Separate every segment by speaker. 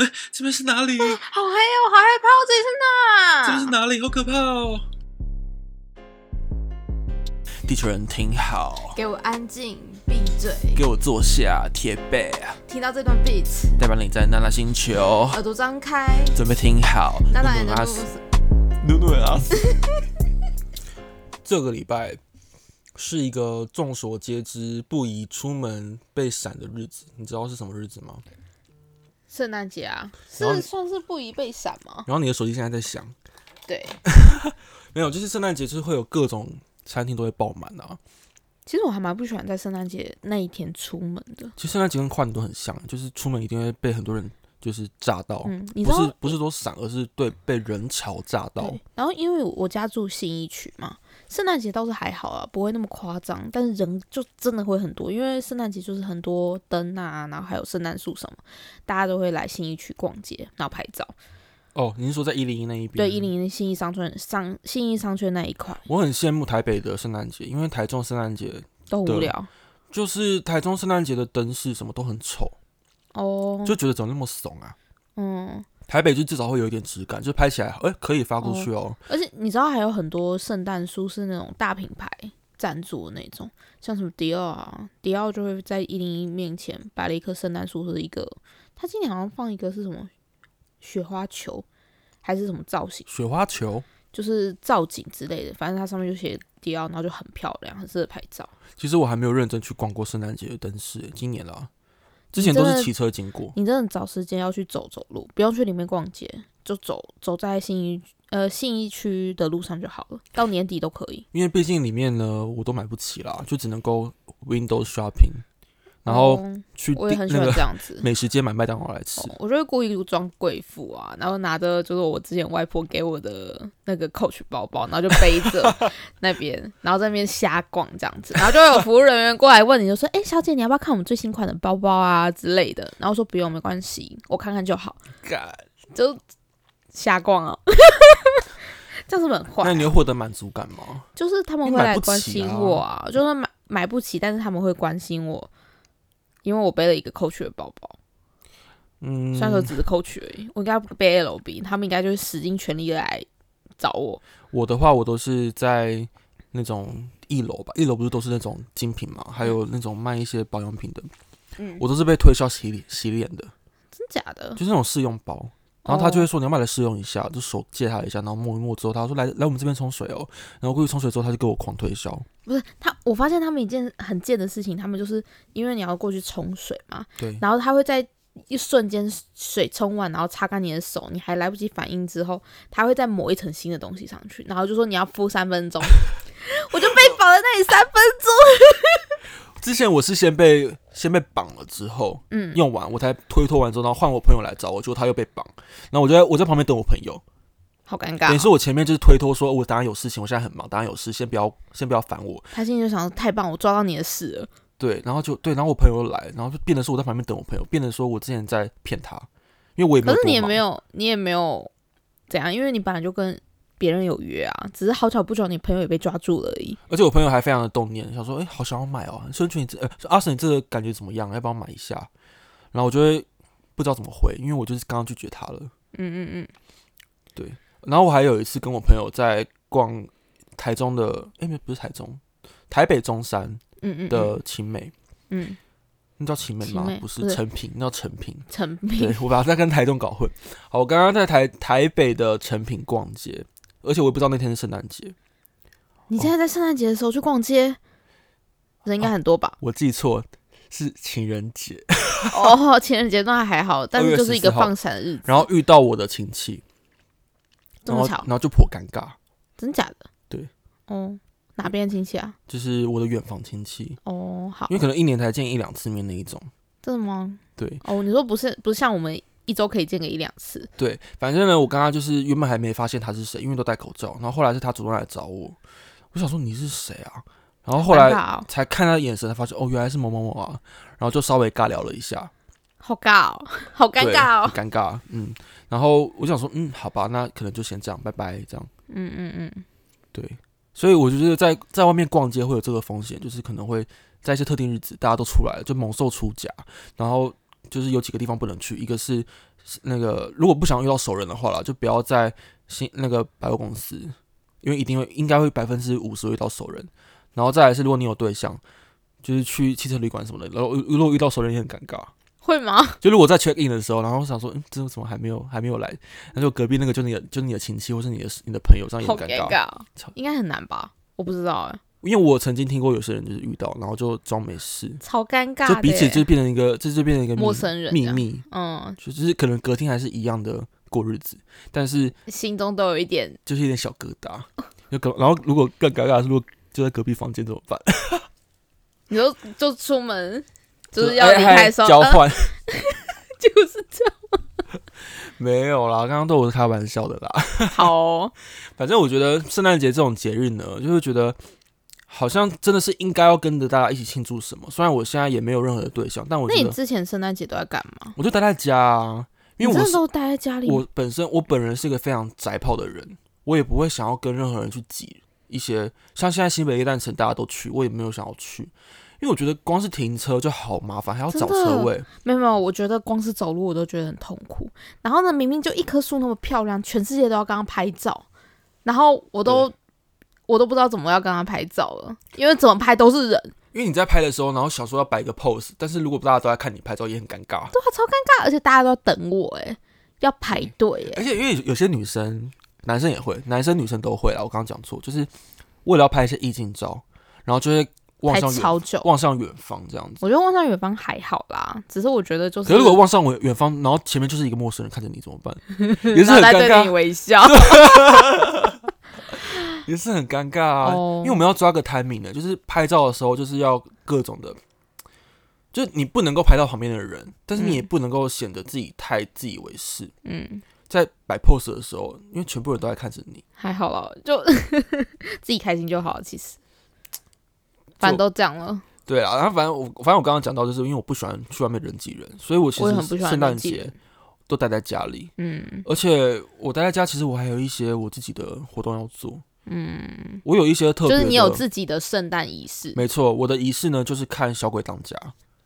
Speaker 1: 哎，这边是哪里？这
Speaker 2: 好黑哦，好害怕，我这里是哪？
Speaker 1: 边是哪里？好可怕哦！地球人听好，
Speaker 2: 给我安静，闭嘴！
Speaker 1: 给我坐下，铁背，
Speaker 2: 听到这段 beat，
Speaker 1: 代表你在娜娜星球，
Speaker 2: 耳朵张开，
Speaker 1: 准备听好。
Speaker 2: 大大眼的
Speaker 1: 阿
Speaker 2: 故
Speaker 1: 斯
Speaker 2: 事，
Speaker 1: 努努阿斯。 这个礼拜是一个众所皆知不宜出门被闪的日子，你知道是什么日子吗？
Speaker 2: 圣诞节啊，
Speaker 1: 然后
Speaker 2: 是算是不宜被闪吗？
Speaker 1: 然后你的手机现在在响，
Speaker 2: 对，
Speaker 1: 没有，就是圣诞节就是会有各种餐厅都会爆满啊。
Speaker 2: 其实我还蛮不喜欢在圣诞节那一天出门的。
Speaker 1: 其实圣诞节跟跨年都很像，就是出门一定会被很多人就是炸到，
Speaker 2: 嗯，你知
Speaker 1: 不
Speaker 2: 道
Speaker 1: 是不是说闪，而是对被人潮炸到。
Speaker 2: 对，然后因为我家住信义区嘛，圣诞节倒是还好啊，不会那么夸张，但是人就真的会很多，因为圣诞节就是很多灯啊，然后还有圣诞树什么，大家都会来信义区逛街，然后拍照。
Speaker 1: 哦，你是说在一零一那一边？
Speaker 2: 对，一。零一信义商圈商信义商圈那一块
Speaker 1: 我很羡慕台北的圣诞节，因为台中圣诞节
Speaker 2: 都很
Speaker 1: 对
Speaker 2: 无聊
Speaker 1: 就是台中圣诞节的灯饰什么都很丑，
Speaker 2: 哦，
Speaker 1: 就觉得怎么那么怂啊？
Speaker 2: 嗯，
Speaker 1: 台北就至少会有一点质感，就拍起来，哎、可以发过去哦。
Speaker 2: 而且你知道还有很多圣诞树是那种大品牌赞助的那种，像什么迪奥啊，迪奥就会在一零一面前摆了一棵圣诞树，是一个，他今年好像放一个是什么雪花球还是什么造型，
Speaker 1: 雪花球，
Speaker 2: 就是造景之类的，反正它上面就写迪奥，然后就很漂亮，很适合拍照。
Speaker 1: 其实我还没有认真去逛过圣诞节的灯饰，今年啦，之前都
Speaker 2: 真
Speaker 1: 是
Speaker 2: 的
Speaker 1: 骑车经过。
Speaker 2: 你真的找时间要去走走路，不用去里面逛街，就走走在信义呃信义区的路上就好 了，到年底都可以。
Speaker 1: 因为毕竟里面呢我都买不起啦，就只能够 Windows shopping，然后
Speaker 2: 嗯
Speaker 1: 去
Speaker 2: 我也
Speaker 1: 订
Speaker 2: 很喜
Speaker 1: 那
Speaker 2: 欢
Speaker 1: 个
Speaker 2: 这样子。
Speaker 1: 美食街买麦当劳来吃。
Speaker 2: 哦我就会故意装贵妇啊，然后拿着就是我之前外婆给我的那个 Coach 包包，然后就背 着那边，然后在那边瞎逛这样子，然后就会有服务人员过来问你，就说：“哎、小姐，你要不要看我们最新款的包包啊之类的？”然后说：“不用，没关系，我看看就好。
Speaker 1: 干”
Speaker 2: 就瞎逛啊， 这样是不是很坏啊、
Speaker 1: 那你会获得满足感吗？
Speaker 2: 就是他们
Speaker 1: 你
Speaker 2: 会
Speaker 1: 买
Speaker 2: 来
Speaker 1: 不
Speaker 2: 关
Speaker 1: 起
Speaker 2: 心
Speaker 1: 啊
Speaker 2: 我啊，就是买买不起，但是他们会关心我，因为我背了一个 Coach 的包包，
Speaker 1: 嗯，
Speaker 2: 虽然说只是 Coach 而已，我应该背 LB，他们应该就是使尽全力地来找我。
Speaker 1: 我的话，我都是在那种一楼吧，一楼不是都是那种精品嘛，还有那种卖一些保养品的，
Speaker 2: 嗯，
Speaker 1: 我都是被推销洗脸洗脸的，
Speaker 2: 真假的
Speaker 1: 就是那种试用包。然后他就
Speaker 2: 哦
Speaker 1: 会说你要不要来试用一下，就手借他一下，然后摸一摸之后，他说来来我们这边冲水哦，然后过去冲水之后，他就给我狂推销，
Speaker 2: 不是他，啊我发现他们一件很贱的事情，他们就是因为你要过去冲水嘛，
Speaker 1: 对，
Speaker 2: 然后他会在一瞬间水冲完，然后擦干你的手，你还来不及反应之后，他会再抹一层新的东西上去，然后就说你要敷三 分钟，我就被绑在那里三分钟。
Speaker 1: 之前我是先被先被绑了之后，
Speaker 2: 嗯，
Speaker 1: 用完我才推脱完之后，然后换我朋友来找我，结果他又被绑，然后我就在我在旁边等我朋友，
Speaker 2: 好尴
Speaker 1: 等于
Speaker 2: 尬哦。
Speaker 1: 说我前面就是推脱说我当然有事情，我现在很忙，当然有事，先不要先不要烦我，
Speaker 2: 他心里就想说：太棒，我抓到你的事了。
Speaker 1: 对，然后就对，然后我朋友来，然后就变得说我在旁边等我朋友，变得说我之前在骗他，因为我也没
Speaker 2: 可
Speaker 1: 有
Speaker 2: 是
Speaker 1: 多
Speaker 2: 你也
Speaker 1: 忙
Speaker 2: 没有，你也没有怎样，因为你本来就跟别人有约啊，只是好巧不巧，你朋友也被抓住了而已。
Speaker 1: 而且我朋友还非常的动念，想说，哎、好想要买哦，孙权你这，呃，阿婶你这个感觉怎么样？要不要买一下？然后我就会不知道怎么回，因为我就是刚刚拒绝他了。
Speaker 2: 嗯嗯嗯，
Speaker 1: 然后我还有一次跟我朋友在逛台中的，哎、没有不是台中，台北中山
Speaker 2: 嗯嗯嗯
Speaker 1: 的晴美，
Speaker 2: 嗯
Speaker 1: 那叫晴美吗
Speaker 2: 晴美？
Speaker 1: 不是
Speaker 2: 不是
Speaker 1: 成品，那叫成品。
Speaker 2: 成
Speaker 1: 对
Speaker 2: 品，
Speaker 1: 我把它跟台中搞混。好，我刚刚在台台北的成品逛街，而且我也不知道那天是圣诞节，
Speaker 2: 你现在在圣诞节的时候去逛街，人应该很多吧？
Speaker 1: 我记错是情人节。
Speaker 2: 哦，情人节那还好，但是就是一个
Speaker 1: 2月14号
Speaker 2: 放闪的日子，
Speaker 1: 然后遇到我的亲戚，
Speaker 2: 这
Speaker 1: 然
Speaker 2: 么
Speaker 1: 后
Speaker 2: 巧
Speaker 1: 然，后就颇尴尬，
Speaker 2: 真假的？
Speaker 1: 对，
Speaker 2: 哦，哪边的亲戚啊？
Speaker 1: 就是我的远房亲戚，
Speaker 2: 哦，好
Speaker 1: 因为，可能一年才见一两次面那一种。
Speaker 2: 真的吗？
Speaker 1: 对
Speaker 2: 哦，你说不是，不是像我们一周可以见个一两次，
Speaker 1: 对，反正呢，我刚刚就是原本还没发现他是谁，因为都戴口罩。然后后来是他主动来找我，我想说你是谁啊？然后后
Speaker 2: 尴
Speaker 1: 来
Speaker 2: 尬哦
Speaker 1: 才看他的眼神，才发现哦，原来是某某某啊。然后就稍微尬聊了一下，
Speaker 2: 好尬哦，好尴
Speaker 1: 对
Speaker 2: 尬哦。
Speaker 1: 很尴尬，嗯。然后我想说，嗯，好吧，那可能就先这样，拜拜，这样。
Speaker 2: 嗯嗯嗯，
Speaker 1: 对，所以我觉得在在外面逛街会有这个风险，就是可能会在一些特定日子大家都出来了，就猛兽出闸，然后就是有几个地方不能去，一个是那个如果不想遇到熟人的话啦，就不要在新那个百货公司，因为一定会应该会百分之五十遇到熟人。然后再来是，如果你有对象，就是去汽车旅馆什么的，然后如如果遇到熟人也很尴尬。
Speaker 2: 会吗？
Speaker 1: 就如果在 check in 的时候，然后想说，嗯，这怎么还没有还没有来？那就隔壁那个就你的就你的亲戚或是你的你的朋友，这样也
Speaker 2: 好
Speaker 1: 很尴尬。
Speaker 2: 尴尬哦，应该很难吧？我不知道哎、
Speaker 1: 因为我曾经听过有些人就是遇到，然后就装没事，
Speaker 2: 超尴尬的
Speaker 1: 就
Speaker 2: 耶，
Speaker 1: 彼此就变成一个，这就变成一个秘
Speaker 2: 陌生人这啊
Speaker 1: 秘
Speaker 2: 样
Speaker 1: 密，
Speaker 2: 嗯，
Speaker 1: 就就是可能隔天还是一样的过日子，但是
Speaker 2: 心中都有一点
Speaker 1: 就是有点小疙 瘩。就隔然后如果更尴尬的是，如果就在隔壁房间怎么办？
Speaker 2: 你就就出门 就是
Speaker 1: 是
Speaker 2: 要
Speaker 1: 哎
Speaker 2: 离
Speaker 1: 嗨
Speaker 2: 开的时候，
Speaker 1: 交
Speaker 2: 呃
Speaker 1: 换、
Speaker 2: 就是这样。
Speaker 1: 没有啦，刚刚都我是开玩笑的啦。
Speaker 2: 好哦、
Speaker 1: 反正我觉得圣诞节这种节日呢，就会觉得好像真的是应该要跟着大家一起庆祝什么。虽然我现在也没有任何的对象，但我
Speaker 2: 那
Speaker 1: 觉
Speaker 2: 你
Speaker 1: 得
Speaker 2: 之前圣诞节都在干嘛？
Speaker 1: 我就待在家、啊，因为我
Speaker 2: 你真
Speaker 1: 是
Speaker 2: 的都待在家里吗，
Speaker 1: 我本身我本人是一个非常宅炮的人，我也不会想要跟任何人去挤一些像现在新北夜诞城大家都去，我也没有想要去，因为我觉得光是停车就好麻烦，还要
Speaker 2: 真
Speaker 1: 找车
Speaker 2: 的
Speaker 1: 位。
Speaker 2: 没有没有，我觉得光是走路我都觉得很痛苦。然后呢，明明就一棵树那么漂亮，全世界都要跟它拍照，然后我都我都不知道怎么要跟它拍照了，因为怎么拍都是人，
Speaker 1: 因为你在拍的时候，然后想说要摆一个 pose，但是如果大家都在看你拍照，也很尴尬。
Speaker 2: 对啊，超尴尬，而且大家都要等我哎、要排队哎、
Speaker 1: 而且因为有些女生、男生也会，男生女生都会啦。我刚刚讲错，就是为了要拍一些意境照，然后就会望
Speaker 2: 拍
Speaker 1: 向远
Speaker 2: 超久。
Speaker 1: 望向远方这样子。
Speaker 2: 我觉得望向远方还好啦，只是我觉得就
Speaker 1: 可
Speaker 2: 是
Speaker 1: 是如 果望向远远方，然后前面就是一个陌生人看着你怎么办？也是
Speaker 2: 然后
Speaker 1: 很
Speaker 2: 在
Speaker 1: 尴
Speaker 2: 对你
Speaker 1: 尬，
Speaker 2: 微笑，
Speaker 1: 也是很尴尬啊。
Speaker 2: 哦
Speaker 1: 因为我们要抓个 timing 的，就是拍照的时候就是要各种的，就是你不能够拍到旁边的人，但是你也
Speaker 2: 嗯
Speaker 1: 不能够显得自己太自以为是。
Speaker 2: 嗯，
Speaker 1: 在摆 pose 的时候，因为全部人都在看着你，
Speaker 2: 还好啦，就 自己开心就好了。其实，反正都这样了，
Speaker 1: 对啊，然后反正我反正我刚刚讲到，就是因为我不喜欢去外面人挤人，所以我其
Speaker 2: 我也很不
Speaker 1: 实
Speaker 2: 喜欢
Speaker 1: 圣诞
Speaker 2: 人挤
Speaker 1: 节
Speaker 2: 人
Speaker 1: 都待在家里，
Speaker 2: 嗯
Speaker 1: 而且我待在家，其实我还有一些我自己的活动要做，
Speaker 2: 嗯，
Speaker 1: 我有一些特
Speaker 2: 就
Speaker 1: 别的，
Speaker 2: 是你有自己的圣诞仪式
Speaker 1: 没错，我的仪式呢就是看《小鬼当家》，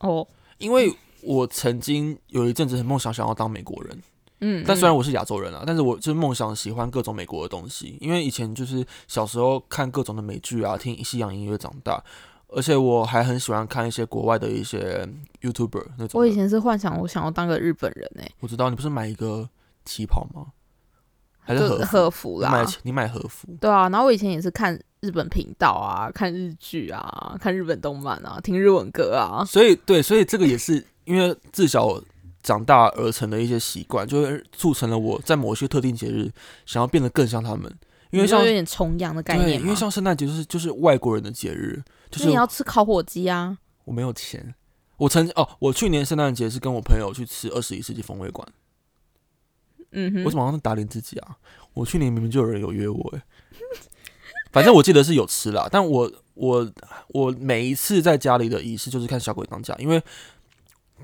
Speaker 2: 哦，
Speaker 1: 因为我曾经有一阵子很梦想想要当美国人，
Speaker 2: 嗯，
Speaker 1: 但
Speaker 2: 嗯
Speaker 1: 虽然我是亚洲人啊，但是我就是梦想喜欢各种美国的东西，因为以前就是小时候看各种的美剧啊，听西洋音乐长大，而且我还很喜欢看一些国外的一些 YouTuber 那种
Speaker 2: 我以
Speaker 1: 的。
Speaker 2: 前是幻想我想要当个日本人哎、
Speaker 1: 我知道你不是买一个旗袍吗？还是
Speaker 2: 就
Speaker 1: 和服？
Speaker 2: 和服啊
Speaker 1: 你买
Speaker 2: 啦，
Speaker 1: 旗你买和服，
Speaker 2: 对啊，然后我以前也是看日本频道啊，看日剧啊，看日本动漫啊，听日文歌啊，
Speaker 1: 所以对，所以这个也是因为自小长大而成的一些习惯，就是促成了我在某些特定节日想要变得更像他们。因为
Speaker 2: 你就
Speaker 1: 像
Speaker 2: 有点崇洋的概
Speaker 1: 对，
Speaker 2: 念嘛，
Speaker 1: 因为像圣诞节就是就是外国人的节日，就是
Speaker 2: 那你要吃烤火鸡啊，
Speaker 1: 我没有钱。我曾哦，我去年圣诞节是跟我朋友去吃二十一世纪风味馆，
Speaker 2: 嗯
Speaker 1: 我
Speaker 2: 哼
Speaker 1: 怎，么好像打脸自己啊？我去年明明就有人有约我、欸， 反正我记得是有吃啦。但我我我每一次在家里的仪式就是看小鬼当家，因为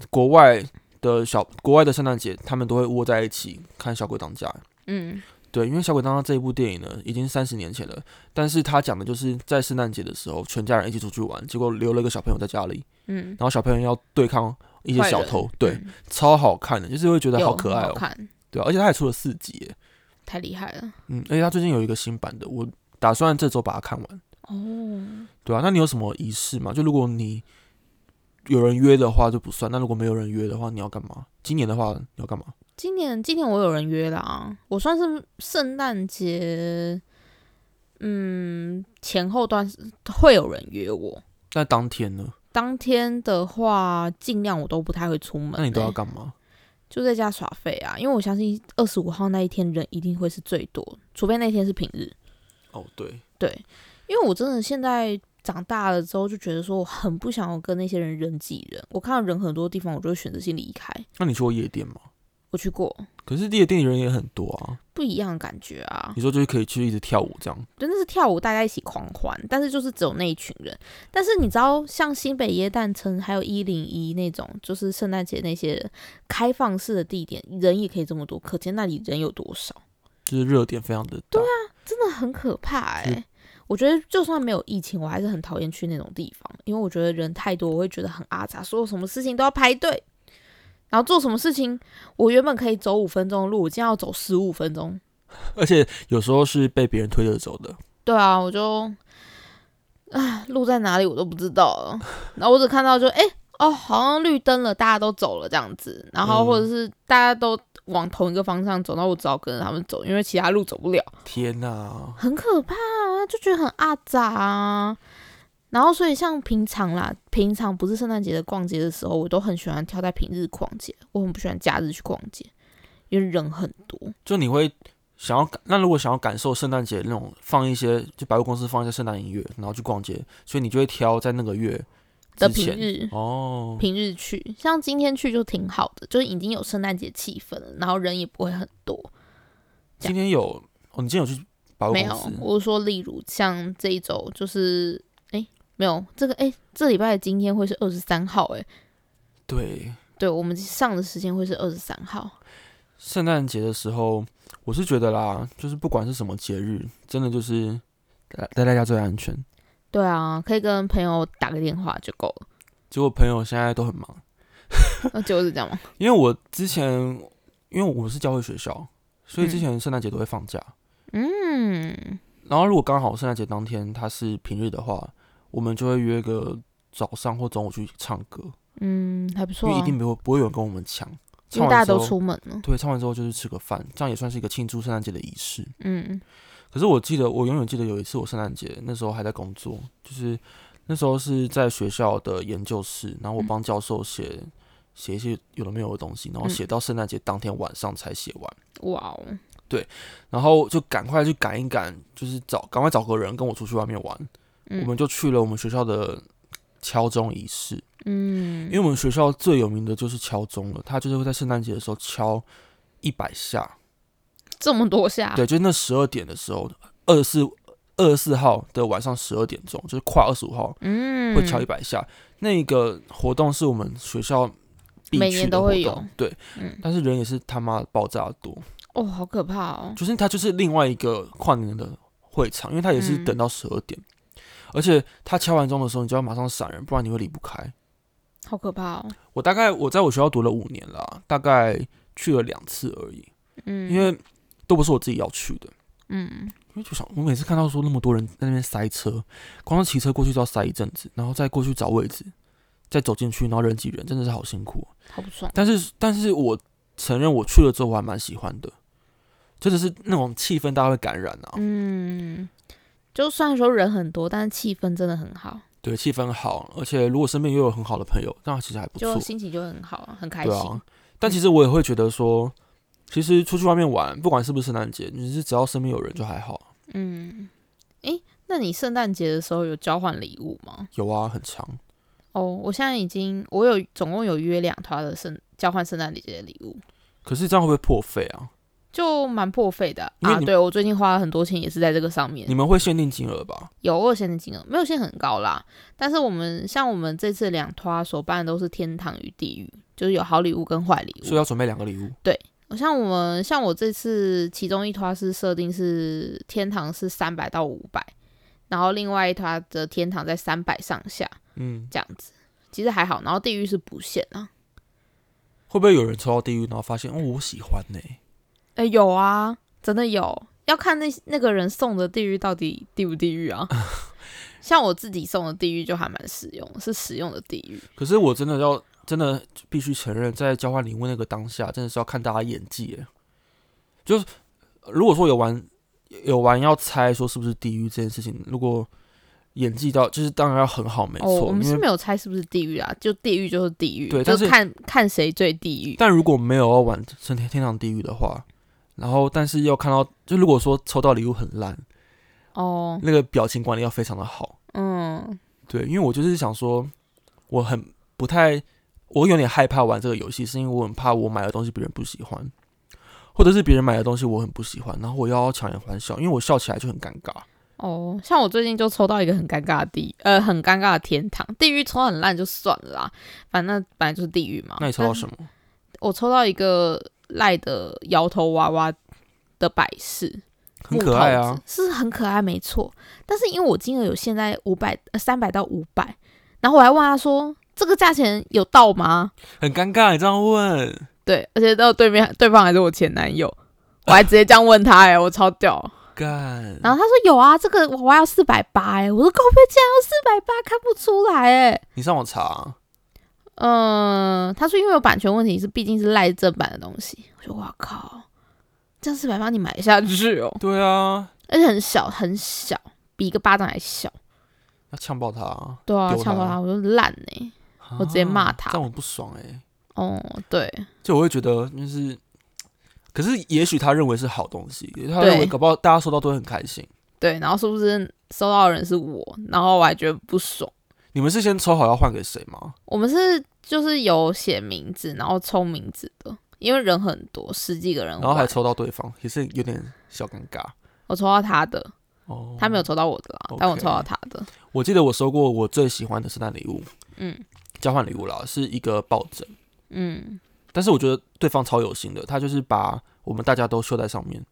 Speaker 1: 国外的小国外的圣诞节他们都会窝在一起看小鬼当家。
Speaker 2: 嗯，
Speaker 1: 对，因为《小鬼当家》这一部电影呢，已经三十年前了，但是他讲的就是在圣诞节的时候，全家人一起出去玩，结果留了一个小朋友在家里，
Speaker 2: 嗯，
Speaker 1: 然后小朋友要对抗一些
Speaker 2: 坏
Speaker 1: 小
Speaker 2: 人
Speaker 1: 偷， 对，
Speaker 2: 嗯
Speaker 1: 超好看的，就是会觉得
Speaker 2: 有
Speaker 1: 好可爱
Speaker 2: 很
Speaker 1: 哦、
Speaker 2: 看，
Speaker 1: 对啊、而且他也出了四集耶，
Speaker 2: 太厉害了
Speaker 1: 嗯，而且他最近有一个新版的，我打算这周把它看完，
Speaker 2: 哦。
Speaker 1: 对啊，那你有什么仪式吗？就如果你有人约的话就不算，那如果没有人约的话，你要干嘛？今年的话你要干嘛？
Speaker 2: 今年今年我有人约了啊，我算是圣诞节，嗯，前后段时会有人约我。
Speaker 1: 那当天呢？
Speaker 2: 当天的话，尽量我都不太会出门欸、
Speaker 1: 那你都要干嘛？
Speaker 2: 就在家耍废啊，因为我相信二十五号那一天人一定会是最多，除非那天是平日。
Speaker 1: 哦，对，
Speaker 2: 对，因为我真的现在长大了之后，就觉得说我很不想要跟那些人人挤人。我看到人很多地方，我就会选择性离开。
Speaker 1: 那你去过夜店吗？
Speaker 2: 我去过，
Speaker 1: 可是夜店人也很多啊，
Speaker 2: 不一样的感觉啊。
Speaker 1: 你说就是可以去一直跳舞这样，
Speaker 2: 真的是跳舞，大家一起狂欢，但是就是只有那一群人。但是你知道，像新北耶诞城还有一零一那种，就是圣诞节那些开放式的地点，人也可以这么多，可见那里人有多少，
Speaker 1: 就是热点非常的大。对啊，
Speaker 2: 真的很可怕哎、
Speaker 1: 是
Speaker 2: 我觉得就算没有疫情，我还是很讨厌去那种地方，因为我觉得人太多，我会觉得很阿杂，所有什么事情都要排队。然后做什么事情，我原本可以走五分钟的路，我今天要走十五分钟。
Speaker 1: 而且有时候是被别人推着走的。
Speaker 2: 对啊，我就，唉，路在哪里我都不知道了。然后我只看到就，哎、哦，好像绿灯了，大家都走了这样子。然后
Speaker 1: 嗯
Speaker 2: 或者是大家都往同一个方向走，那我只好跟着他们走，因为其他路走不了。
Speaker 1: 天哪、
Speaker 2: 很可怕啊，就觉得很阿杂啊。然后，所以像平常啦，平常不是圣诞节的逛街的时候，我都很喜欢挑在平日逛街，我很不喜欢假日去逛街，因为人很多。
Speaker 1: 就你会想要感，那如果想要感受圣诞节那种放一些，就百货公司放一些圣诞音乐，然后去逛街，所以你就会挑在那个月
Speaker 2: 的
Speaker 1: 之
Speaker 2: 平
Speaker 1: 前
Speaker 2: 日，
Speaker 1: 哦。
Speaker 2: 平日去，像今天去就挺好的，就是已经有圣诞节气氛了，然后人也不会很多。
Speaker 1: 今天有哦，你今天有去百货
Speaker 2: 没
Speaker 1: 公
Speaker 2: 有
Speaker 1: 司，？
Speaker 2: 我是说，例如像这一周，就是哎、没有这个哎、这礼拜的今天会是二十三号哎、
Speaker 1: 对，
Speaker 2: 对我们上的时间会是二十三号，
Speaker 1: 圣诞节的时候，我是觉得啦，就是不管是什么节日，真的就是待待在家最安全。
Speaker 2: 对啊，可以跟朋友打个电话就够了。
Speaker 1: 结果朋友现在都很忙，
Speaker 2: 那就是这样吗？
Speaker 1: 因为我之前因为我是教会学校，所以
Speaker 2: 嗯
Speaker 1: 之前圣诞节都会放假。
Speaker 2: 嗯，
Speaker 1: 然后如果刚好圣诞节当天它是平日的话，我们就会约个早上或中午去唱歌，
Speaker 2: 嗯，还不
Speaker 1: 因
Speaker 2: 错、
Speaker 1: 为
Speaker 2: 啊，
Speaker 1: 一定没有不会有人跟我们抢。唱
Speaker 2: 因为
Speaker 1: 完
Speaker 2: 大家
Speaker 1: 之
Speaker 2: 都
Speaker 1: 后
Speaker 2: 出门了。
Speaker 1: 对，唱完之后就是吃个饭，这样也算是一个庆祝圣诞节的仪式。
Speaker 2: 嗯，
Speaker 1: 可是我记得，我永远记得有一次我圣诞节那时候还在工作，就是那时候是在学校的研究室，然后我帮教授写写一些有的没有的东西，然后
Speaker 2: 嗯
Speaker 1: 写到圣诞节当天晚上才写完，
Speaker 2: 哇哦，
Speaker 1: 然后就赶快去赶一赶，就是找赶快找个人跟我出去外面玩，
Speaker 2: 嗯
Speaker 1: 我们就去了我们学校的敲钟仪式，
Speaker 2: 嗯
Speaker 1: 因为我们学校最有名的就是敲钟了，它就是会在圣诞节的时候敲一百下，
Speaker 2: 这么多下，
Speaker 1: 对，就是那十二点的时候，二十四二十四号的晚上十二点钟，就是跨二十五号
Speaker 2: 嗯，
Speaker 1: 会敲一百下。那个活动是我们学校必
Speaker 2: 每
Speaker 1: 去的
Speaker 2: 年都
Speaker 1: 活
Speaker 2: 会有
Speaker 1: 动，对，
Speaker 2: 嗯，
Speaker 1: 但是人也是他妈爆炸多，
Speaker 2: 哦，好可怕哦，
Speaker 1: 就是它就是另外一个跨年的会场，因为它也是
Speaker 2: 嗯
Speaker 1: 等到十二点，而且它敲完钟的时候，你就要马上闪人，不然你会离不开。
Speaker 2: 好可怕哦，
Speaker 1: 我大概我在我学校读了五年啦，大概去了两次而已，
Speaker 2: 嗯，
Speaker 1: 因为都不是我自己要去的。
Speaker 2: 嗯，
Speaker 1: 因为就想，我每次看到说那么多人在那边塞车，光是骑车过去都要塞一阵子，然后再过去找位置，再走进去，然后人挤人，真的是好辛苦。哦
Speaker 2: 好不爽，
Speaker 1: 但是，但是我承认我去了之后我还蛮喜欢的，真的是那种气氛大家会感染啊，
Speaker 2: 嗯，就虽然说人很多，但是气氛真的很好，
Speaker 1: 对，气氛好，而且如果身边又有很好的朋友，那其实还不错
Speaker 2: 就，心情就很好啊，很开
Speaker 1: 对啊。
Speaker 2: 心，嗯
Speaker 1: 但其实我也会觉得说，其实出去外面玩，不管是不是圣诞节，你是只要身边有人就还好。
Speaker 2: 嗯，诶，那你圣诞节的时候有交换礼物吗？
Speaker 1: 有啊，很长，
Speaker 2: 哦，我现在已经我有总共有约两团的圣交换圣诞节的礼物，
Speaker 1: 可是这样会不会破费啊？
Speaker 2: 就蛮破费的
Speaker 1: 因为
Speaker 2: 啊。
Speaker 1: 你
Speaker 2: 对我最近花了很多钱，也是在这个上面
Speaker 1: 你。们会限定金额吧？
Speaker 2: 有二线的金额，没有限很高啦。但是我们像我们这次两团所办的都是天堂与地狱，就是有好礼物跟坏礼
Speaker 1: 所以
Speaker 2: 物。
Speaker 1: 要准备两个礼物。
Speaker 2: 像我们像我这次其中一团是设定是天堂是三百到五百，然后另外一团的天堂在三百上下
Speaker 1: 嗯，
Speaker 2: 这样子，其实还好。然后地狱是不限啊。
Speaker 1: 会不会有人抽到地狱，然后发现哦，我喜欢呢、
Speaker 2: 哎、有啊，真的有，要看那那个人送的地狱到底地不地 狱啊。像我自己送的地狱就还蛮实用，是实用的地狱。
Speaker 1: 可是我真的要真的必须承认，在交换礼物那个当下，真的是要看大家演技、欸。就是呃如果说有玩有玩要猜说是不是地狱这件事情，如果演技到就是当然要很好，没
Speaker 2: 哦，
Speaker 1: 错。
Speaker 2: 我们
Speaker 1: 因
Speaker 2: 是
Speaker 1: 为
Speaker 2: 没有猜是不是地狱啊，就地狱就是地狱，
Speaker 1: 对
Speaker 2: 就
Speaker 1: 但是
Speaker 2: 看看谁最地狱。
Speaker 1: 但如果没有要玩升天天堂地狱的话，然后但是要看到就如果说抽到礼物很烂，
Speaker 2: 哦，
Speaker 1: 那个表情管理要非常的好。
Speaker 2: 嗯，
Speaker 1: 对，因为我就是想说，我很不太，我有点害怕玩这个游戏，是因为我很怕我买的东西别人不喜欢，或者是别人买的东西我很不喜欢，然后我要强颜欢笑，因为我笑起来就很尴尬。
Speaker 2: 哦，像我最近就抽到一个很尴尬的地，呃，很尴尬的天堂，地狱抽很烂就算了啦，反正本来就是地狱嘛。
Speaker 1: 那你抽到什么？
Speaker 2: 我抽到一个赖的摇头娃娃的摆饰，
Speaker 1: 很可爱
Speaker 2: 木头
Speaker 1: 啊
Speaker 2: 子，，是很可爱，没错。但是因为我金额有限在五百、呃三百到五百，然后我还问他说这个价钱有到吗？
Speaker 1: 很尴尬，你这样问，
Speaker 2: 对，而且到对面对方还是我前男友，我还直接这样问他、哎，我超 屌。
Speaker 1: 干，
Speaker 2: 然后他说有啊，这个娃娃要四百八，哎，我说高配竟然要四百八，看不出来、哎。
Speaker 1: 你上网查，
Speaker 2: 嗯，他说因为有版权问题，是毕竟是赖正版的东西。我说哇靠，这样四百八你买得下去哦，
Speaker 1: 对啊，
Speaker 2: 而且很小很小，比一个巴掌还小。
Speaker 1: 要呛爆他啊，
Speaker 2: 对啊，
Speaker 1: 丢
Speaker 2: 抢到
Speaker 1: 他
Speaker 2: 他，我就烂哎、我直接骂他
Speaker 1: 这样我不爽哎、
Speaker 2: 哦，对，
Speaker 1: 就我会觉得就是，可是也许他认为是好东西，他
Speaker 2: 对
Speaker 1: 认为搞不好大家收到都会很开心。
Speaker 2: 对，然后是不是收到的人是我？然后我还觉得不爽。
Speaker 1: 你们是先抽好要换给谁吗？
Speaker 2: 我们是就是有写名字，然后抽名字的，因为人很多，十几个人玩，
Speaker 1: 然后还抽到对方，也是有点小尴尬
Speaker 2: 我抽到他的，
Speaker 1: 哦。
Speaker 2: 他没有抽到我的啦，但我
Speaker 1: OK
Speaker 2: 抽到他的。
Speaker 1: 我记得我收过我最喜欢的圣诞礼物，
Speaker 2: 嗯
Speaker 1: 交换礼物啦，是一个抱枕。
Speaker 2: 嗯，
Speaker 1: 但是我觉得对方超有心的，他就是把我们大家都绣在上面，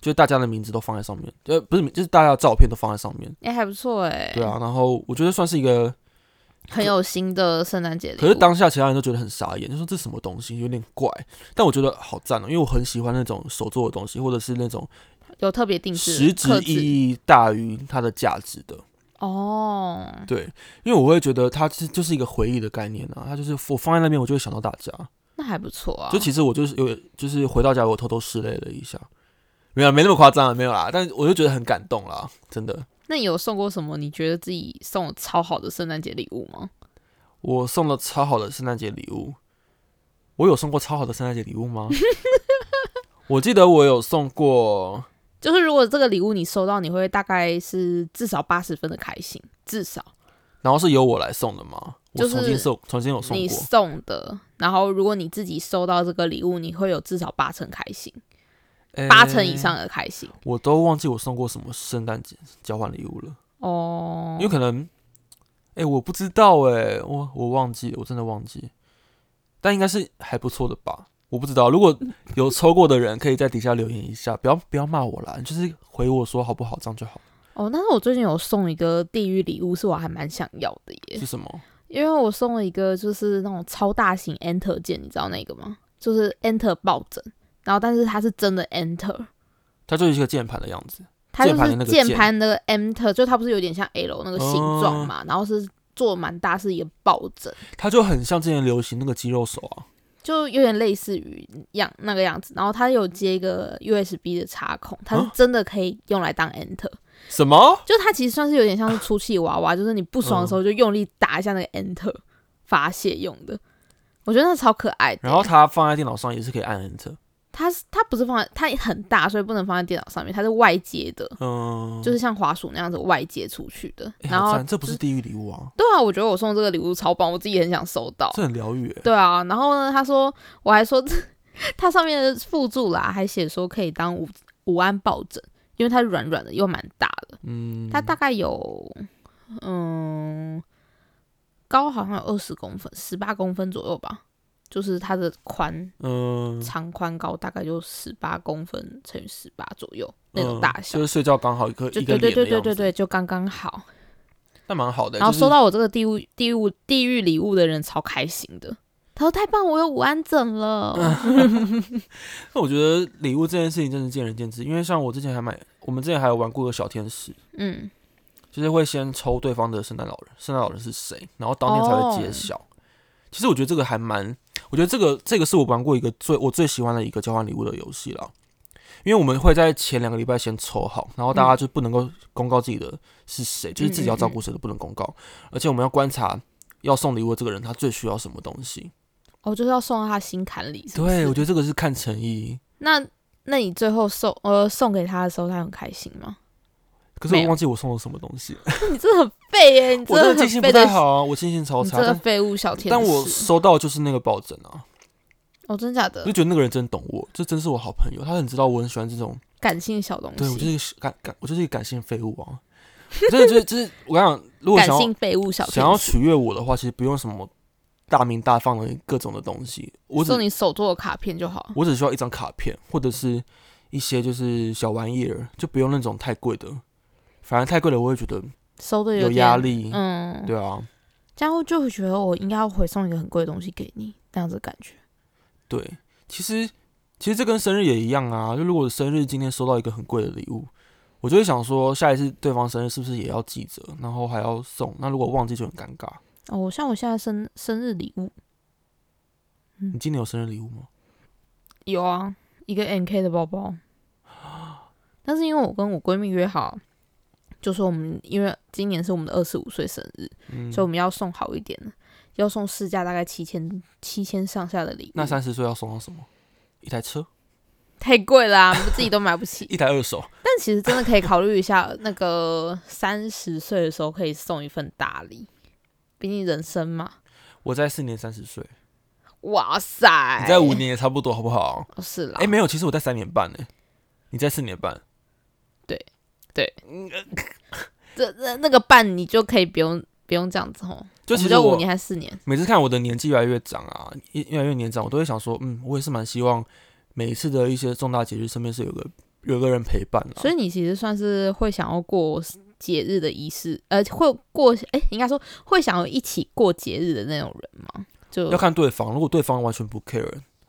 Speaker 1: 就是大家的名字都放在上面，呃，不是，就是大家的照片都放在上面。
Speaker 2: 哎、还不错哎、
Speaker 1: 对啊，然后我觉得算是一个，
Speaker 2: 很有新的圣诞节礼物。
Speaker 1: 可是当下其他人都觉得很傻眼，就说这什么东西，有点怪。但我觉得好赞哦、因为我很喜欢那种手做的东西，或者是那种
Speaker 2: 有特别定制
Speaker 1: 实质
Speaker 2: 刻字
Speaker 1: 意义大于它的价值的。
Speaker 2: 哦，
Speaker 1: 对，因为我会觉得它是就是一个回忆的概念啊，它就是我放在那边，我就会想到大家。
Speaker 2: 那还不错啊。
Speaker 1: 就其实我就是有，就是回到家我偷偷拭泪了一下，没有没那么夸张啊，没有啦，但是我就觉得很感动啦，真的。
Speaker 2: 那你有送过什么你觉得自己送的超好的圣诞节礼物吗？
Speaker 1: 我送了超好的圣诞节礼物，我有送过超好的圣诞节礼物 吗？我记得我有送过，
Speaker 2: 就是如果这个礼物你收到，你会大概是至少八十分的开心，至少
Speaker 1: 然后是由我来送的吗？我
Speaker 2: 就是
Speaker 1: 重新送，重新有送
Speaker 2: 你
Speaker 1: 过。
Speaker 2: 送的。然后如果你自己收到这个礼物，你会有至少八成开心，
Speaker 1: 诶
Speaker 2: 八成以上的开心
Speaker 1: 我都忘记我送过什么圣诞节交换礼物了，
Speaker 2: 哦
Speaker 1: 因为。可能，哎、我不知道哎、我我忘记了，我真的忘记，但应该是还不错的吧，我不知道。如果有抽过的人，可以在底下留言一下，不要不要骂我啦，你就是回我说好不好，这样就好。
Speaker 2: 哦，但是我最近有送一个地狱礼物，是我还蛮想要的耶
Speaker 1: 是，什么？
Speaker 2: 因为我送了一个就是那种超大型 Enter 键，你知道那个吗？就是 Enter 抱枕，然后但是它是真的 Enter，
Speaker 1: 它就是一个键盘的样子，
Speaker 2: 它就
Speaker 1: 键盘的
Speaker 2: 是
Speaker 1: 那个
Speaker 2: 键
Speaker 1: 键哦
Speaker 2: 盘的 Enter，就它不是有点像 L 那个形状嘛，然后是做蛮大，是一个抱枕，
Speaker 1: 它就很像之前流行那个肌肉手啊。
Speaker 2: 就有点类似于样那个样子。然后它有接一个 USB 的插孔，它是
Speaker 1: 啊
Speaker 2: 真的可以用来当 Enter，、
Speaker 1: 什么？
Speaker 2: 就它其实算是有点像是出气娃娃，就是你不爽的
Speaker 1: 嗯
Speaker 2: 时候就用力打一下那个 Enter 发泄用的。我觉得那超可爱的。欸
Speaker 1: 然后它放在电脑上也是可以按 Enter，
Speaker 2: 它是它不是放在它很大，所以不能放在电脑上面，它是外接的，
Speaker 1: 嗯，
Speaker 2: 就是像滑鼠那样子外接出去的。
Speaker 1: 诶
Speaker 2: 然
Speaker 1: 好
Speaker 2: 后
Speaker 1: 哎赞这不是地狱礼物啊，
Speaker 2: 对啊，我觉得我送这个礼物超棒，我自己也很想收到。
Speaker 1: 这很疗愈诶。
Speaker 2: 对啊，然后呢，他说我还说 它上面的附注啦，还写说可以当午午安抱枕，因为它软软的又蛮大的，
Speaker 1: 嗯，
Speaker 2: 它大概有嗯高好像有二十公分，十八公分左右吧，就是它的宽
Speaker 1: 嗯
Speaker 2: 长宽高大概就十八公分乘以十八左右那种大小
Speaker 1: 嗯就，是睡觉刚好一个
Speaker 2: 就
Speaker 1: 一
Speaker 2: 对
Speaker 1: 个
Speaker 2: 对
Speaker 1: 脸
Speaker 2: 对
Speaker 1: 的
Speaker 2: 对
Speaker 1: 样
Speaker 2: 对
Speaker 1: 子，
Speaker 2: 对，就刚刚好。
Speaker 1: 那蛮好的。
Speaker 2: 然后
Speaker 1: 就是
Speaker 2: 收到我这个地狱地狱地狱礼物的人超开心的，他说太棒，我有午安枕 了。
Speaker 1: 啊那我觉得礼物这件事情真是见仁见智，因为像我之前还买，我们之前还有玩过个小天使，
Speaker 2: 嗯，
Speaker 1: 就是会先抽对方的圣诞老人，圣诞老人是谁，然后当天才会
Speaker 2: 哦
Speaker 1: 揭晓。其实我觉得这个还蛮，我觉得这个这个是我玩过一个最我最喜欢的一个交换礼物的游戏啦。因为我们会在前两个礼拜先抽好，然后大家
Speaker 2: 嗯
Speaker 1: 就不能够公告自己的是谁，就是自己要照顾谁都不能公告，而且我们要观察要送礼物的这个人他最需要什么东西。
Speaker 2: 哦，就是要送到他心坎里。是不
Speaker 1: 对，
Speaker 2: 是
Speaker 1: 我觉得这个是看诚意。
Speaker 2: 那那你最后送呃送给他的时候，他很开心吗？
Speaker 1: 可是
Speaker 2: 没
Speaker 1: 我
Speaker 2: 有
Speaker 1: 忘记我送了什么东西，
Speaker 2: 你真的很废耶、你
Speaker 1: 我真
Speaker 2: 真
Speaker 1: 的
Speaker 2: 的
Speaker 1: 记
Speaker 2: 很
Speaker 1: 性
Speaker 2: 废
Speaker 1: 不
Speaker 2: 的
Speaker 1: 太，好啊，我记性超
Speaker 2: 你
Speaker 1: 差。
Speaker 2: 真的
Speaker 1: 但
Speaker 2: 废物小天使。
Speaker 1: 但我收到就是那个抱枕啊，
Speaker 2: 哦，真假
Speaker 1: 我
Speaker 2: 的
Speaker 1: 就觉得那个人真懂我，这真是我好朋友，他很知道我很喜欢这种，
Speaker 2: 感性小东
Speaker 1: 对我就是
Speaker 2: 西，
Speaker 1: 一个感感，我就是一个感性废物啊。我真的就是就是我跟你讲，如果
Speaker 2: 感
Speaker 1: 想
Speaker 2: 性
Speaker 1: 要
Speaker 2: 废物小
Speaker 1: 想要
Speaker 2: 天使。
Speaker 1: 取悦我的话，其实不用什么大名大放的各种的东西，我只
Speaker 2: 送你手做的卡片就好。
Speaker 1: 我只需要一张卡片或者是一些就是小玩意儿，就不用那种太贵的，反而太贵的我会觉得
Speaker 2: 收的
Speaker 1: 有
Speaker 2: 点
Speaker 1: 压，力，
Speaker 2: 嗯，
Speaker 1: 对啊。
Speaker 2: 这样就会觉得我应该要回送一个很贵的东西给你，这样子的感觉。
Speaker 1: 对，其实其实这跟生日也一样啊。就如果生日今天收到一个很贵的礼物，我就会想说，下一次对方生日是不是也要记着，然后还要送？那如果忘记就很尴尬。
Speaker 2: 哦，像我现在生生日礼物
Speaker 1: 你今年有生日礼物吗？
Speaker 2: 有啊，一个 N K 的包包， 但是因为我跟我闺蜜约好，就说我们因为今年是我们的二十五岁生日，
Speaker 1: 嗯
Speaker 2: 所以，我们要送好一点的，要送市价大概七千七千上下的礼物，
Speaker 1: 那三十岁要送到什么？一台车，
Speaker 2: 太贵啦、我们自己都买不起。
Speaker 1: 一台二手。
Speaker 2: 但其实真的可以考虑一下，那个三十岁的时候可以送一份大礼，毕竟人生嘛。
Speaker 1: 我在四年三十岁，
Speaker 2: 哇塞！
Speaker 1: 你在五年也差不多，好不好？
Speaker 2: 哦是啦，
Speaker 1: 哎、没有，其实我在三年半呢、你在四年半。嗯呃
Speaker 2: 这这那个半你就可以不用不用这样子吼，
Speaker 1: 就
Speaker 2: 我
Speaker 1: 其
Speaker 2: 们
Speaker 1: 实
Speaker 2: 就五
Speaker 1: 我啊
Speaker 2: 年还是四年，
Speaker 1: 每次看我的年纪越来越长啊，越越来越年长，我都会想说，嗯，我也是蛮希望每一次的一些重大节日，身边是有个有个人陪伴啊啦。
Speaker 2: 所以你其实算是会想要过节日的仪式，呃，会过哎、应该说会想要一起过节日的那种人吗？就
Speaker 1: 要看对方，如果对方完全不 care，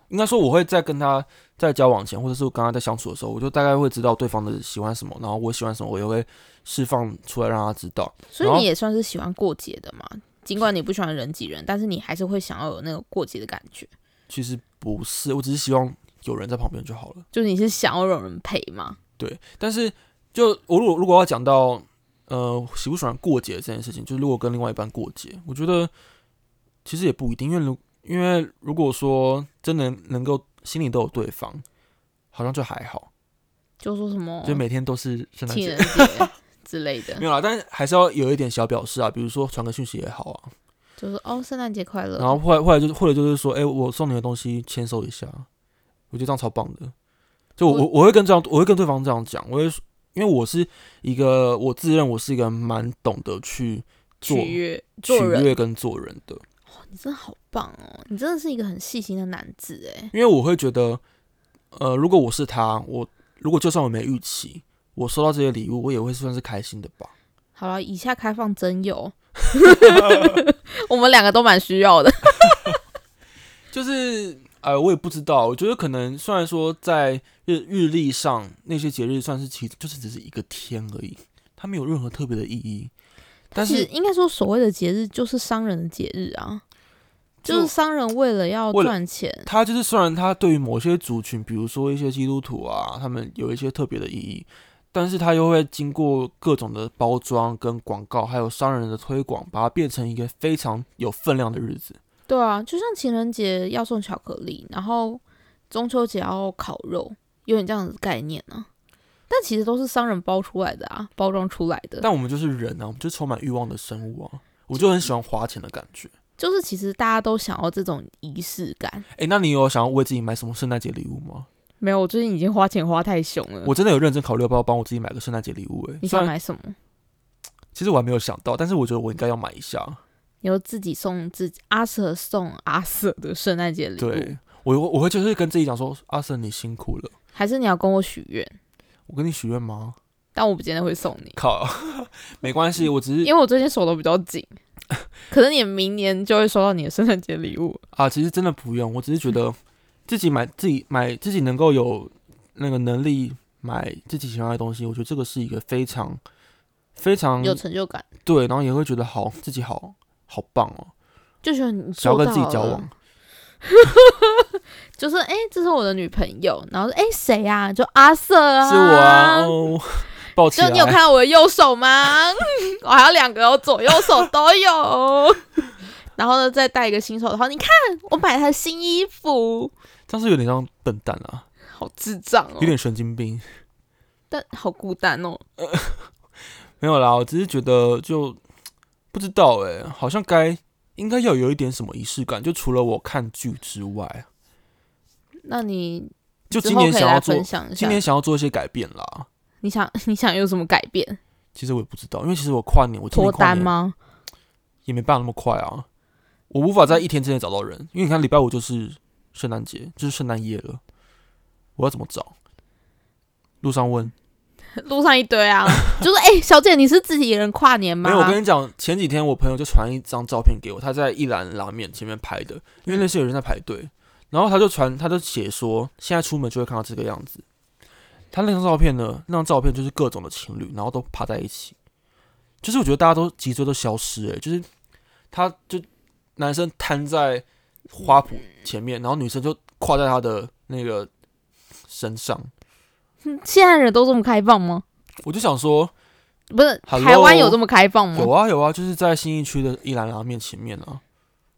Speaker 1: 应该说我会在跟他在交往前，或者是我跟他在相处的时候，我就大概会知道对方的喜欢什么，然后我喜欢什么，我也会释放出来让他知道。
Speaker 2: 所以
Speaker 1: 然后
Speaker 2: 你也算是喜欢过节的嘛。尽管你不喜欢人挤人，但是你还是会想要有那个过节的感觉，
Speaker 1: 其实不是，我只是希望有人在旁边就好了。
Speaker 2: 就是你是想要有人陪嘛。
Speaker 1: 对，但是就我如果如果要讲到呃喜不喜欢过节这件事情，就是如果跟另外一半过节，我觉得其实也不一定，因为如因为如果说真的能够心里都有对方，好像就还好，
Speaker 2: 就说什么
Speaker 1: 就每天都是圣诞
Speaker 2: 情
Speaker 1: 节
Speaker 2: 人。节之类的
Speaker 1: 没，有啦，但是还是要有一点小表示啊，比如说传个讯息也好啊，
Speaker 2: 就是哦，圣诞节快乐。
Speaker 1: 然后后来后来就是或者就是说，哎、我送你的东西签收一下，我觉得这样超棒的。就我
Speaker 2: 我
Speaker 1: 我我会跟这样，我会跟对方这样讲，我会说因为我是一个我自认我是一个蛮懂得去
Speaker 2: 取
Speaker 1: 做
Speaker 2: 悦
Speaker 1: 取
Speaker 2: 做人，
Speaker 1: 悦跟做人的，
Speaker 2: 你真的好棒哦！你真的是一个很细心的男子哎。
Speaker 1: 因为我会觉得，呃，如果我是他，我如果就算我没预期，我收到这些礼物，我也会算是开心的吧。
Speaker 2: 好了，以下开放真 友， 我们两个都蛮需要的。
Speaker 1: 就是呃，我也不知道，我觉得可能虽然说在日日历上那些节日算是其就是只是一个天而已，它没有任何特别的意义。但
Speaker 2: 其实
Speaker 1: 是
Speaker 2: 应该说，所谓的节日就是商人的节日啊，就是
Speaker 1: 就
Speaker 2: 商人为了要
Speaker 1: 为了
Speaker 2: 赚钱，
Speaker 1: 它就是虽然它对于某些族群，比如说一些基督徒啊，他们有一些特别的意义，但是它又会经过各种的包装跟广告，还有商人的推广，把它变成一个非常有分量的日子。
Speaker 2: 对啊，就像情人节要送巧克力，然后中秋节要烤肉，有点这样子的概念啊。但其实都是商人包出来的啊，包装出来的，
Speaker 1: 但我们就是人啊，我们就充满欲望的生物啊，我就很喜欢花钱的感觉。
Speaker 2: 就是其实大家都想要这种仪式感。
Speaker 1: 诶，那你有想要为自己买什么圣诞节礼物吗？
Speaker 2: 没有，我最近已经花钱花太凶了。
Speaker 1: 我真的有认真考虑要不要帮我自己买个圣诞节礼物、欸。
Speaker 2: 你
Speaker 1: 虽
Speaker 2: 想
Speaker 1: 然
Speaker 2: 买什么？
Speaker 1: 其实我还没有想到，但是我觉得我应该要买一下。
Speaker 2: 你就自己送自己阿瑟送阿瑟的圣诞节礼物，
Speaker 1: 对，我我会就是跟自己讲说，阿瑟你辛苦了，
Speaker 2: 还是你要跟我许愿？
Speaker 1: 我跟你许愿吗？
Speaker 2: 但我不见得会送你，
Speaker 1: 靠， 没关系，我只是
Speaker 2: 嗯因为我最近手头比较 紧，可能你明年就会收到你的圣诞节礼物。
Speaker 1: 啊，其实真的不用，我只是觉
Speaker 2: 嗯
Speaker 1: 得自己买自己买自己能够有那个能力买自己喜欢的东西，我觉得这个是一个非常非常
Speaker 2: 有成就感，
Speaker 1: 对，然后也会觉得好自己好好棒哦，
Speaker 2: 就觉得你
Speaker 1: 想要
Speaker 2: 做到
Speaker 1: 跟
Speaker 2: 了
Speaker 1: 自己交往，，
Speaker 2: 就是哎、诶这是我的女朋友，然后哎谁呀？就阿瑟啊，
Speaker 1: 是我啊， 哦，抱歉，
Speaker 2: 就你有看到我的右手吗？ 我还有两个哦，左右手 都有。然后呢，再戴一个新手套，你看我买了他的新衣服，
Speaker 1: 这样是有点像笨蛋啊，
Speaker 2: 好智障哦
Speaker 1: 有，点神经病。
Speaker 2: 但好孤单哦。
Speaker 1: 没有啦，我只是觉得就不知道哎、好像该应该要有一点什么仪式感，就除了我看剧之外，
Speaker 2: 那你
Speaker 1: 就
Speaker 2: 之
Speaker 1: 今
Speaker 2: 后
Speaker 1: 年
Speaker 2: 可以
Speaker 1: 想要
Speaker 2: 来
Speaker 1: 做
Speaker 2: 分，享一下
Speaker 1: 今，年想要做一些改变啦。
Speaker 2: 你想 你想有什么改变？
Speaker 1: 其实我也不知道，因为其实我跨年，我今
Speaker 2: 脱
Speaker 1: 年跨
Speaker 2: 单
Speaker 1: 年
Speaker 2: 吗？
Speaker 1: 也没办法那么快啊，我无法在一天之内找到人，因为你看礼拜五就是圣诞节，就是圣诞夜了，我要怎么找？路上问，
Speaker 2: 路上一堆啊， 就说哎、小姐，你是自己一人跨年吗
Speaker 1: 没？有，我跟你讲，前几天我朋友就传一张照片给我，他在一兰拉面前面拍的，因为那些有人在排队，然后他就传，他就写说，现在出门就会看到这个样子。他那张照片呢，那张照片就是各种的情侣，然后都趴在一起，就是我觉得大家都脊椎都消失、欸，就是他就男生瘫在花圃前面，然后女生就跨在他的那个身上，
Speaker 2: 现在人都这么开放吗？
Speaker 1: 我就想说，
Speaker 2: 不是
Speaker 1: Hello
Speaker 2: 台湾有这么开放吗
Speaker 1: 有？啊有啊，就是在新一区的一兰拉面前面啊。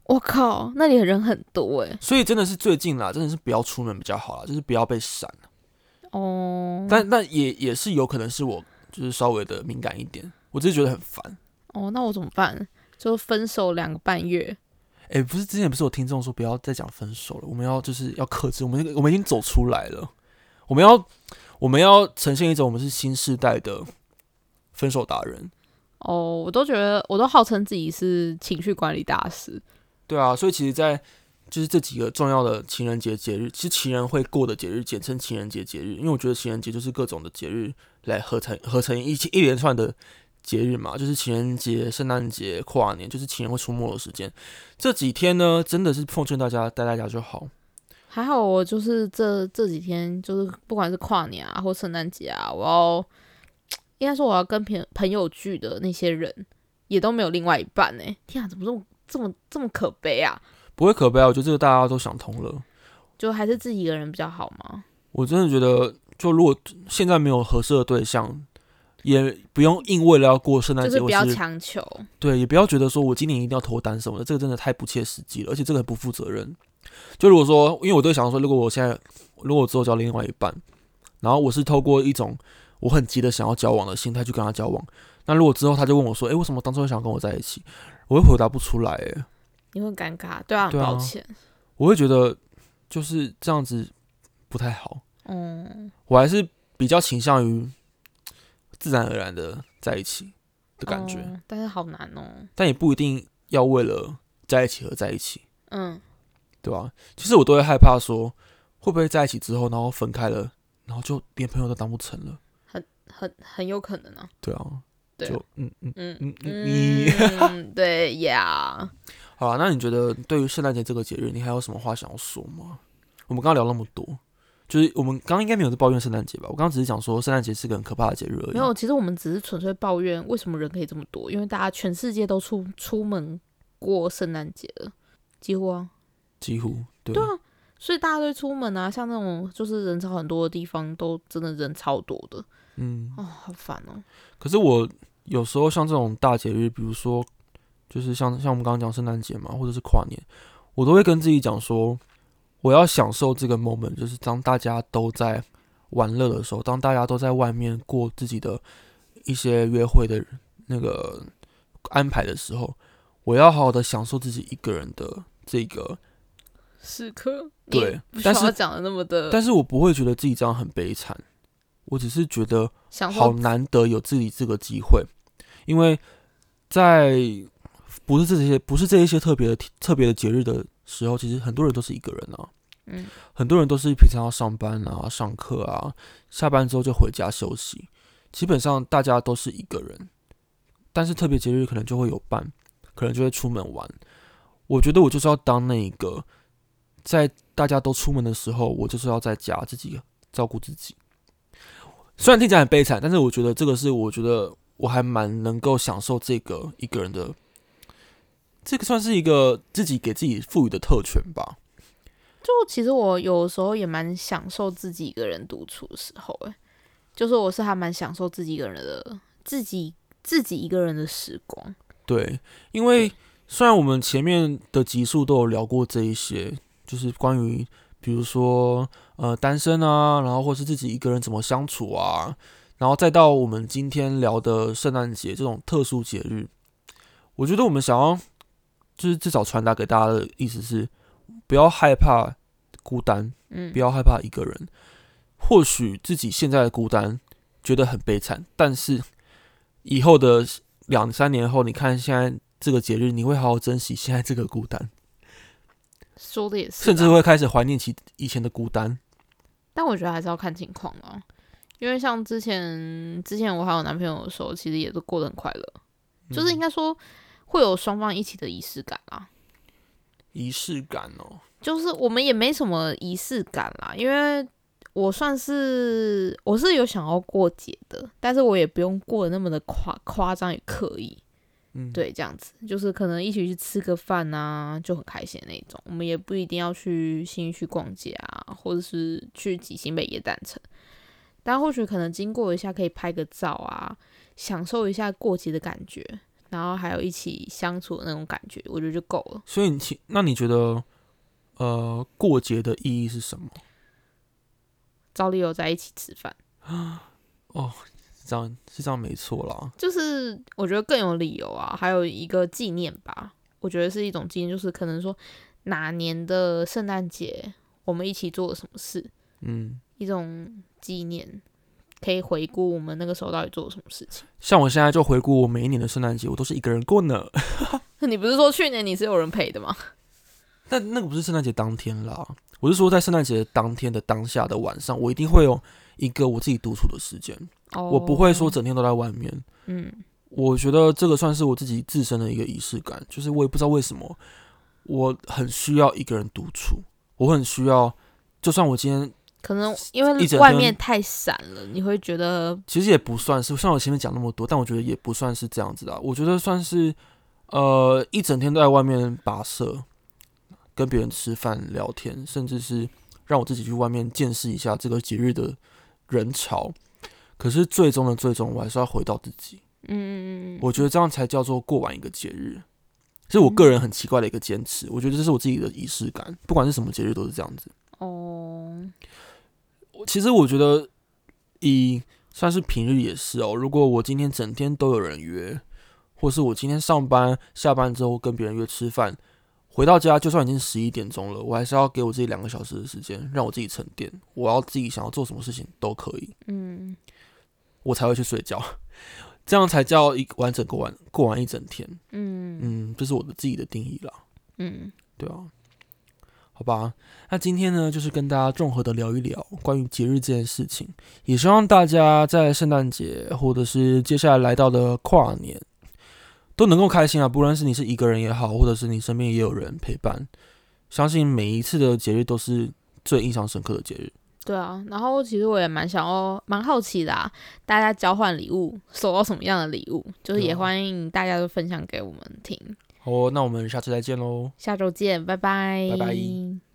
Speaker 2: 我靠，那里人很多哎、
Speaker 1: 所以真的是最近啦，真的是不要出门比较好啦，就是不要被闪。啊
Speaker 2: 哦，
Speaker 1: 但但也也是有可能是我就是稍微的敏感一点，我只是觉得很烦。
Speaker 2: 哦，那我怎么办？就分手两个半月，
Speaker 1: 哎、不是之前不是有听众说不要再讲分手了，我们要就是要克制，我们我们已经走出来了，我们要我们要呈现一种我们是新时代的分手达人。
Speaker 2: 哦，我都觉得我都号称自己是情绪管理大师，
Speaker 1: 对啊，所以其实，在就是这几个重要的情人节节日，其实情人会过的节日，简称情人节节日，因为我觉得情人节就是各种的节日来合成合成一起一连串的节日嘛，就是情人节、圣诞节、跨年，就是情人会出没的时间。这几天呢，真的是奉劝大家待在家就好。
Speaker 2: 还好我就是这这几天，就是不管是跨年啊或圣诞节啊，我要应该说我要跟朋朋友聚的那些人，也都没有另外一半呢、天啊，怎么这么这么这么可悲啊？
Speaker 1: 不会可悲啊，我觉得这个大家都想通了。
Speaker 2: 就还是自己一个人比较好嘛。
Speaker 1: 我真的觉得，就如果现在没有合适的对象，也不用硬为了要过圣诞
Speaker 2: 就
Speaker 1: 节
Speaker 2: 是
Speaker 1: 或
Speaker 2: 不要
Speaker 1: 是
Speaker 2: 强求，
Speaker 1: 对，也不要觉得说我今年一定要脱单什么的，这个真的太不切实际了，而且这个很不负责任。就如果说，因为我都会想说，如果我现在如果我之后交另外一半，然后我是透过一种我很急的想要交往的心态去跟他交往，那如果之后他就问我说，诶，为什么当初会想跟我在一起？我会回答不出来，诶，
Speaker 2: 你会尴尬，对啊，很
Speaker 1: 对啊
Speaker 2: 抱歉，
Speaker 1: 我会觉得就是这样子不太好。
Speaker 2: 嗯，
Speaker 1: 我还是比较倾向于自然而然的在一起的感觉，
Speaker 2: 哦但是好难哦，
Speaker 1: 但也不一定要为了在一起而在一起。
Speaker 2: 嗯，
Speaker 1: 对吧、其实我都会害怕说，会不会在一起之后，然后分开了，然后就连朋友都当不成了。
Speaker 2: 很很有可能啊，
Speaker 1: 对啊，
Speaker 2: 对啊
Speaker 1: 就嗯嗯，
Speaker 2: 嗯
Speaker 1: 嗯 嗯
Speaker 2: 嗯，对呀，
Speaker 1: 好了。那你觉得对于圣诞节这个节日，你还有什么话想要说吗？我们刚刚聊那么多，就是我们刚刚应该没有在抱怨圣诞节吧？我刚刚只是讲说圣诞节是个很可怕的节日而已。
Speaker 2: 没有，其实我们只是纯粹抱怨为什么人可以这么多，因为大家全世界都出出门过圣诞节了，几乎啊，
Speaker 1: 几乎对
Speaker 2: 对啊，所以大家都会出门啊，像那种就是人潮很多的地方，都真的人超多的，
Speaker 1: 嗯。
Speaker 2: 哦，好烦哦，
Speaker 1: 可是我有时候像这种大节日，比如说就是像像我们刚刚讲圣诞节嘛，或者是跨年，我都会跟自己讲说，我要享受这个 moment，就是当大家都在玩乐的时候，当大家都在外面过自己的一些约会的那个安排的时候，我要好好的享受自己一个人的这个。
Speaker 2: 时刻，你
Speaker 1: 对
Speaker 2: 不需
Speaker 1: 但是
Speaker 2: 要讲的那么的，
Speaker 1: 但是我不会觉得自己这样很悲惨，我只是觉得
Speaker 2: 想
Speaker 1: 好
Speaker 2: 说
Speaker 1: 难得有自己这个机会，因为在不是这些不是这一些特别的特别的节日的时候，其实很多人都是一个人啊，
Speaker 2: 嗯，
Speaker 1: 很多人都是平常要上班啊、上课啊，下班之后就回家休息，啊基本上大家都是一个人，但是特别节日可能就会有伴，可能就会出门玩。我觉得我就是要当那一个，在大家都出门的时候，我就是要在家自己照顾自己。虽然听起来很悲惨，但是我觉得这个是我觉得我还蛮能够享受这个一个人的，这个算是一个自己给自己赋予的特权吧。
Speaker 2: 就其实我有时候也蛮享受自己一个人独处的时候，哎，就是我是还蛮享受自己一个人的自己自己一个人的时光，
Speaker 1: 对，因为虽然我们前面的集数都有聊过这一些，就是关于比如说呃单身啊，然后或是自己一个人怎么相处啊，然后再到我们今天聊的圣诞节这种特殊节日，我觉得我们想要就是至少传达给大家的意思是，不要害怕孤单，
Speaker 2: 嗯
Speaker 1: 不，要害怕一个人。或许自己现在的孤单觉得很悲惨，但是以后的两三年后，你看现在这个节日，你会好好珍惜现在这个孤单，
Speaker 2: 说的也是啦，啊
Speaker 1: 甚至会开始怀念起以前的孤单。
Speaker 2: 但我觉得还是要看情况啊，因为像之前之前我还有男朋友的时候，其实也都过得很快乐，就是
Speaker 1: 嗯
Speaker 2: 应该说会有双方一起的仪式感啦。
Speaker 1: 仪式感哦，
Speaker 2: 就是我们也没什么仪式感啦，因为我算是我是有想要过节的，但是我也不用过得那么的夸夸张与刻意，
Speaker 1: 嗯，，
Speaker 2: 对，这样子就是可能一起去吃个饭啊，就很开心的那种。我们也不一定要去新义去逛街啊，或者是去挤新北耶诞城，但或许可能经过一下可以拍个照啊，享受一下过节的感觉，然后还有一起相处的那种感觉，我觉得就够了。
Speaker 1: 所以你其那你觉得，呃，过节的意义是什么？
Speaker 2: 找理由在一起吃饭，
Speaker 1: 是这样是这样没错啦，
Speaker 2: 就是我觉得更有理由啊，还有一个纪念吧，我觉得是一种纪念，就是可能说哪年的圣诞节我们一起做了什么事，
Speaker 1: 嗯，
Speaker 2: 一种纪念，可以回顾我们那个时候到底做了什么事情。
Speaker 1: 像我现在就回顾我每一年的圣诞节，我都是一个人过呢。
Speaker 2: 你不是说去年你是有人陪的吗？
Speaker 1: 但那个不是圣诞节当天啦，我是说在圣诞节当天的当下的晚上，我一定会有一个我自己独处的时间，
Speaker 2: 哦
Speaker 1: 我不会说，整天都在外面。
Speaker 2: 嗯，
Speaker 1: 我觉得这个算是我自己自身的一个仪式感，就是我也不知道为什么，我很需要一个人独处，我很需要，就算我今天
Speaker 2: 可能因为
Speaker 1: 一整天
Speaker 2: 外面太闪了，你会觉得
Speaker 1: 其实也不算是，像我前面讲那么多，但我觉得也不算是这样子的啊。我觉得算是，呃，一整天都在外面跋涉，跟别人吃饭聊天，甚至是让我自己去外面见识一下这个节日的人潮。可是最终的最终，我还是要回到自己。
Speaker 2: 嗯，
Speaker 1: 我觉得这样才叫做过完一个节日，这是我个人很奇怪的一个坚持。我觉得这是我自己的仪式感，不管是什么节日都是这样子。
Speaker 2: 哦，
Speaker 1: 我其实我觉得以算是平日也是哦。如果我今天整天都有人约，或是我今天上班下班之后跟别人约吃饭，回到家就算已经十一点钟了，我还是要给我自己两个小时的时间，让我自己沉淀。我要自己想要做什么事情都可以，
Speaker 2: 嗯，
Speaker 1: 我才会去睡觉。 这样才叫一完整过完过完一整天。
Speaker 2: 嗯，
Speaker 1: 嗯，这是我的自己的定义啦。
Speaker 2: 嗯，
Speaker 1: 对啊，好吧，那今天呢，就是跟大家综合的聊一聊关于节日这件事情，也希望大家在圣诞节或者是接下来来到的跨年都能够开心啊，不论是你是一个人也好，或者是你身边也有人陪伴，相信每一次的节日都是最印象深刻的节日。
Speaker 2: 对啊。然后其实我也蛮想要，蛮好奇的、啊，大家交换礼物收到什么样的礼物，就是
Speaker 1: 对啊
Speaker 2: 也欢迎大家都分享给我们听。
Speaker 1: 好哦、那我们下次再见喽。
Speaker 2: 下周见，拜拜，
Speaker 1: 拜拜。